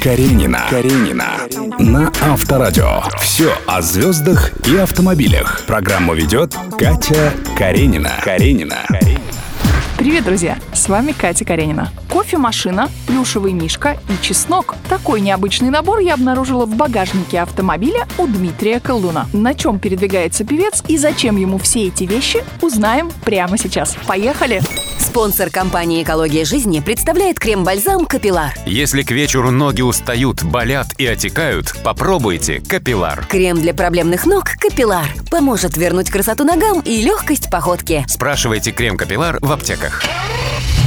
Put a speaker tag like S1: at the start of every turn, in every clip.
S1: Каренина. Каренина. На Авторадио. Все о звездах и автомобилях. Программу ведет Катя Каренина. Каренина.
S2: Привет, друзья! С вами Катя Каренина. Кофемашина, плюшевый мишка и чеснок. Такой необычный набор я обнаружила в багажнике автомобиля у Дмитрия Колдуна. На чем передвигается певец и зачем ему все эти вещи, узнаем прямо сейчас. Поехали!
S3: Спонсор компании «Экология жизни» представляет крем-бальзам «Капилар».
S4: Если к вечеру ноги устают, болят и отекают, попробуйте капилlar.
S3: Крем для проблемных ног «Капилар» поможет вернуть красоту ногам и легкость походки.
S4: Спрашивайте крем капилlar в аптеках.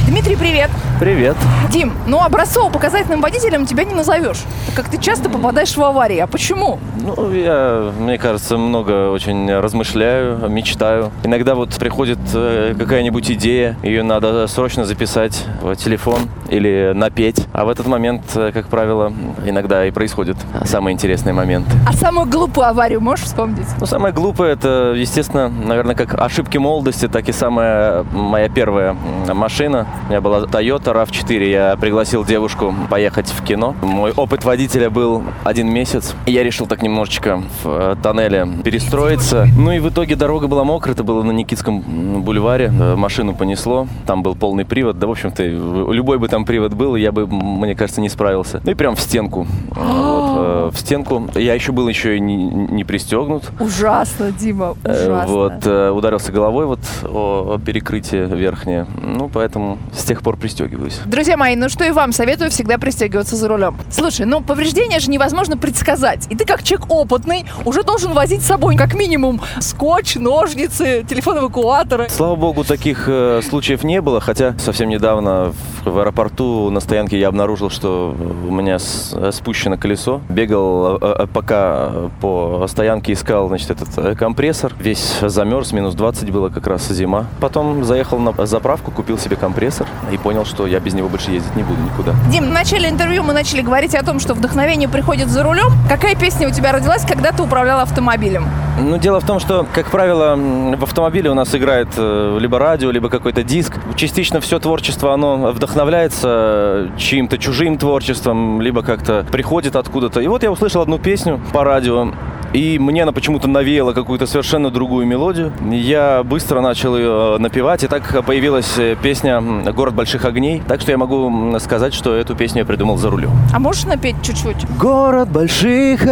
S2: Дмитрий, привет!
S5: Привет.
S2: Дим, ну образцово-показательным водителем тебя не назовешь, так как ты часто попадаешь в аварии. А почему?
S5: Ну, я, мне кажется, много очень размышляю, мечтаю. Иногда вот приходит э, какая-нибудь идея, ее надо срочно записать в телефон или напеть. А в этот момент, э, как правило, иногда и происходят самые интересные моменты.
S2: А самую глупую аварию можешь вспомнить?
S5: Ну, самое глупое, это, естественно, наверное, как ошибки молодости, так и самая моя первая м, машина. У меня была Toyota RAV4. Я пригласил девушку поехать в кино. Мой опыт водителя был один месяц. И Я решил так немножечко в э, тоннеле перестроиться. Ну и в итоге дорога была мокрая. Это было на Никитском м, бульваре. Э, Машину понесло. Там был полный привод. Да, в общем-то, и в- любой бы там привод был, я бы, м, мне кажется, не справился. Ну и прям в стенку. Вот, э, в стенку. Я еще был еще и не- не пристегнут.
S2: Ужасно, Дима,
S5: Э,
S2: ужасно.
S5: Вот, э, ударился головой вот о, о перекрытие верхнее. Ну, поэтому с тех пор пристегиваюсь.
S2: Друзья мои, ну что и вам советую всегда пристегиваться за рулем. Слушай, ну повреждения же невозможно предсказать. И ты, как человек опытный, уже должен возить с собой как минимум скотч, ножницы, телефон эвакуатора.
S5: Слава богу, таких э, случаев не было, хотя совсем недавно в, в аэропорту на стоянке я обнаружил, что у меня с- э, спущено колесо. Бегал э, э, пока по стоянке, искал, значит, этот э, компрессор. Весь замерз, минус 20 было как раз зима. Потом заехал на заправку, купил себе компрессор и понял, что я без него больше ездить не буду никуда.
S2: Дим, в начале интервью мы начали говорить о том, что вдохновение приходит за рулем. Какая песня у тебя родилась, когда ты управляла автомобилем?
S5: Ну, дело в том, что, как правило, м, в автомобиле у нас играет э, либо радио, либо какой-то диск. Частично все творчество, оно вдохновляется э, чьим-то чужим творчеством, либо как-то приходит откуда-то. И вот я услышал одну песню по радио, и мне она почему-то навеяла какую-то совершенно другую мелодию. Я быстро начал ее напевать, и так появилась э, песня м, «Город больших огней». Так что я могу м, сказать, что эту песню я придумал за рулем.
S2: А можешь напеть чуть-чуть?
S5: Город больших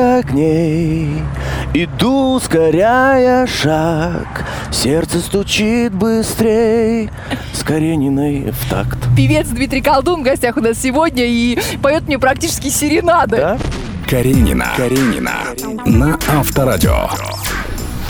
S5: огней Иду, ускоряя шаг Сердце стучит быстрей С Карениной в такт
S2: Певец Дмитрий Колдун в гостях у нас сегодня и поет мне практически серенады.
S5: Да?
S1: Каренина. Каренина. На Авторадио.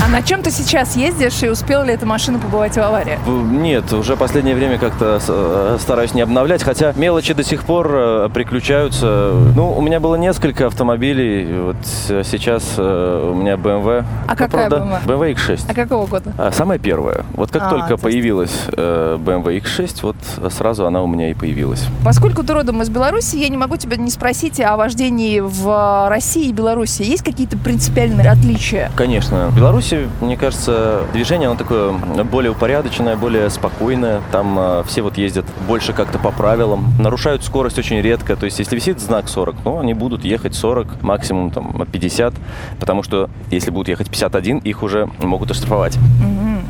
S2: А на чем ты сейчас ездишь и успела ли эта машина побывать в аварии?
S5: В- Нет, уже последнее время как-то с- э, стараюсь не обновлять, хотя мелочи до сих пор э, приключаются. Ну, у меня было несколько автомобилей, вот с- сейчас э, у меня BMW.
S2: А
S5: Ну,
S2: какая
S5: правда, BMW X6.
S2: А какого года?
S5: А, Самая первая. Вот как
S2: А,
S5: только
S2: то есть-
S5: появилась э, BMW X6, вот сразу она у меня и появилась.
S2: Поскольку ты родом из Беларуси, я не могу тебя не спросить о вождении в э, России и Беларуси. Есть какие-то принципиальные отличия?
S5: Конечно. В Беларуси, мне кажется, движение, оно такое более упорядоченное, более спокойное. Там э, все вот ездят больше как-то по правилам. Нарушают скорость очень редко. То есть, если висит знак 40, ну, они будут ехать 40, максимум там 50. Потому что, если будут ехать 51, их уже могут оштрафовать.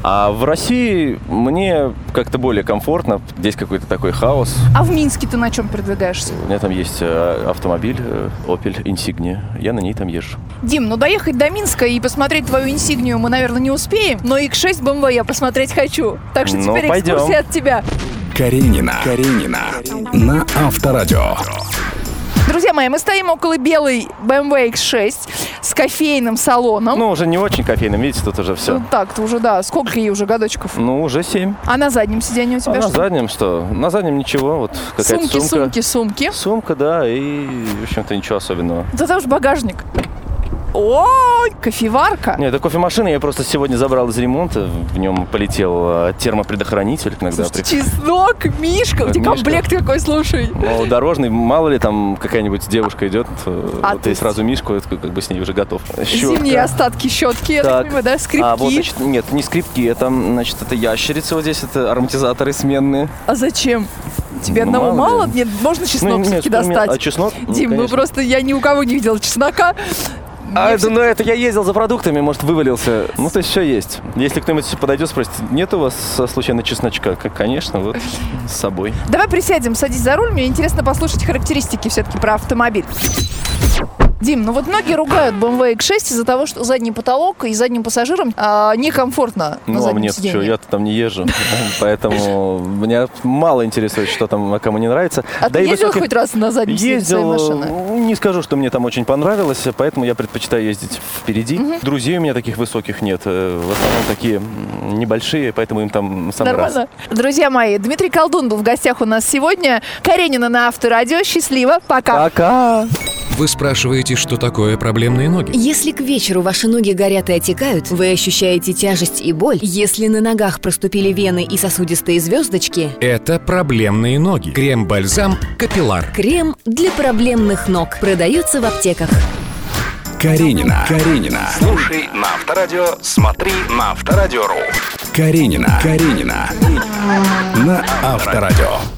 S5: А в России мне как-то более комфортно. Здесь какой-то такой хаос.
S2: А в Минске ты на чем передвигаешься?
S5: У меня там есть э, автомобиль э, Opel Insignia. Я на ней там езжу.
S2: Дим, ну доехать до Минска и посмотреть твою инсигнию мы, наверное, не успеем, но X6 BMW я посмотреть хочу. Так что
S5: Ну,
S2: теперь
S5: пойдем.
S2: экскурсия от тебя.
S1: Каренина. Каренина. На Авторадио.
S2: Друзья мои, мы стоим около белой BMW X6 с кофейным салоном.
S5: Ну, уже не очень кофейным, видите, тут уже все.
S2: Вот так, ты уже, да, сколько ей уже годочков?
S5: Ну, уже 7.
S2: А на заднем сиденье у тебя
S5: А на
S2: что?
S5: заднем что? На заднем ничего, вот какая-то
S2: сумки,
S5: сумка.
S2: сумки, сумки.
S5: Сумка, да, и, в общем-то, ничего особенного.
S2: Да там же Ну, багажник. О, кофеварка.
S5: Нет, это кофемашина, я просто сегодня забрал из ремонта, в нем полетел э, термопредохранитель иногда.
S2: Слушай, чеснок, мишка, у тебя
S5: Мишка.
S2: комплект какой, слушай.
S5: Ну, дорожный, мало ли там какая-нибудь девушка идет, э,
S2: А
S5: вот
S2: ты
S5: и
S2: с-
S5: сразу мишку, это как бы с ней уже готов. Щетка.
S2: Зимние остатки щетки, я так
S5: Так.
S2: понимаю, да, скрипки.
S5: А
S2: А,
S5: вот, значит, а нет, не скрипки, это, значит, это ящерицы вот здесь, это ароматизаторы сменные.
S2: А зачем? Тебе
S5: Ну,
S2: одного
S5: мало
S2: мало?
S5: ли.
S2: Нет, можно чеснок
S5: нет,
S2: все-таки
S5: у меня-
S2: достать.
S5: а чеснок? Ну,
S2: Дим, ну
S5: конечно.
S2: просто я ни у кого не видела чеснока.
S5: А
S2: Мне
S5: это, ну это я ездил за продуктами, может, вывалился. Ну, то есть все есть. Если кто-нибудь подойдет, спросит, нет у вас э, случайно чесночка? Как, конечно, вот с собой.
S2: Давай присядем, садись за руль. Мне интересно послушать характеристики все-таки про автомобиль. Дим, ну вот многие ругают BMW X6 из-за того, что задний потолок и задним пассажирам а, некомфортно на
S5: Ну, а
S2: заднем
S5: мне
S2: сидении.
S5: что, я-то там не езжу. Поэтому меня мало интересует, что там а кому не нравится.
S2: А ты
S5: и
S2: ездил
S5: высоких-
S2: хоть раз на заднем сидении своей
S5: Ездил,
S2: машины?
S5: э, не скажу, что мне там очень понравилось, поэтому я предпочитаю ездить впереди. Друзей у меня таких высоких нет, э, в основном такие м, небольшие, поэтому им там сам раз.
S2: Нормально. Друзья мои, Дмитрий Колдун был в гостях у нас сегодня. Каренина на Авторадио. Счастливо. Пока.
S5: Пока!
S6: Вы спрашиваете, что такое проблемные ноги?
S3: Если к вечеру ваши ноги горят и отекают, вы ощущаете тяжесть и боль, если на ногах проступили вены и сосудистые звездочки,
S6: Это проблемные ноги. Крем-бальзам «Капилlar».
S3: крем для проблемных ног продается в аптеках.
S1: Каренина. Каренина. Слушай на Авторадио, смотри на Авторадио.ру. Каренина. Каренина. На Авторадио.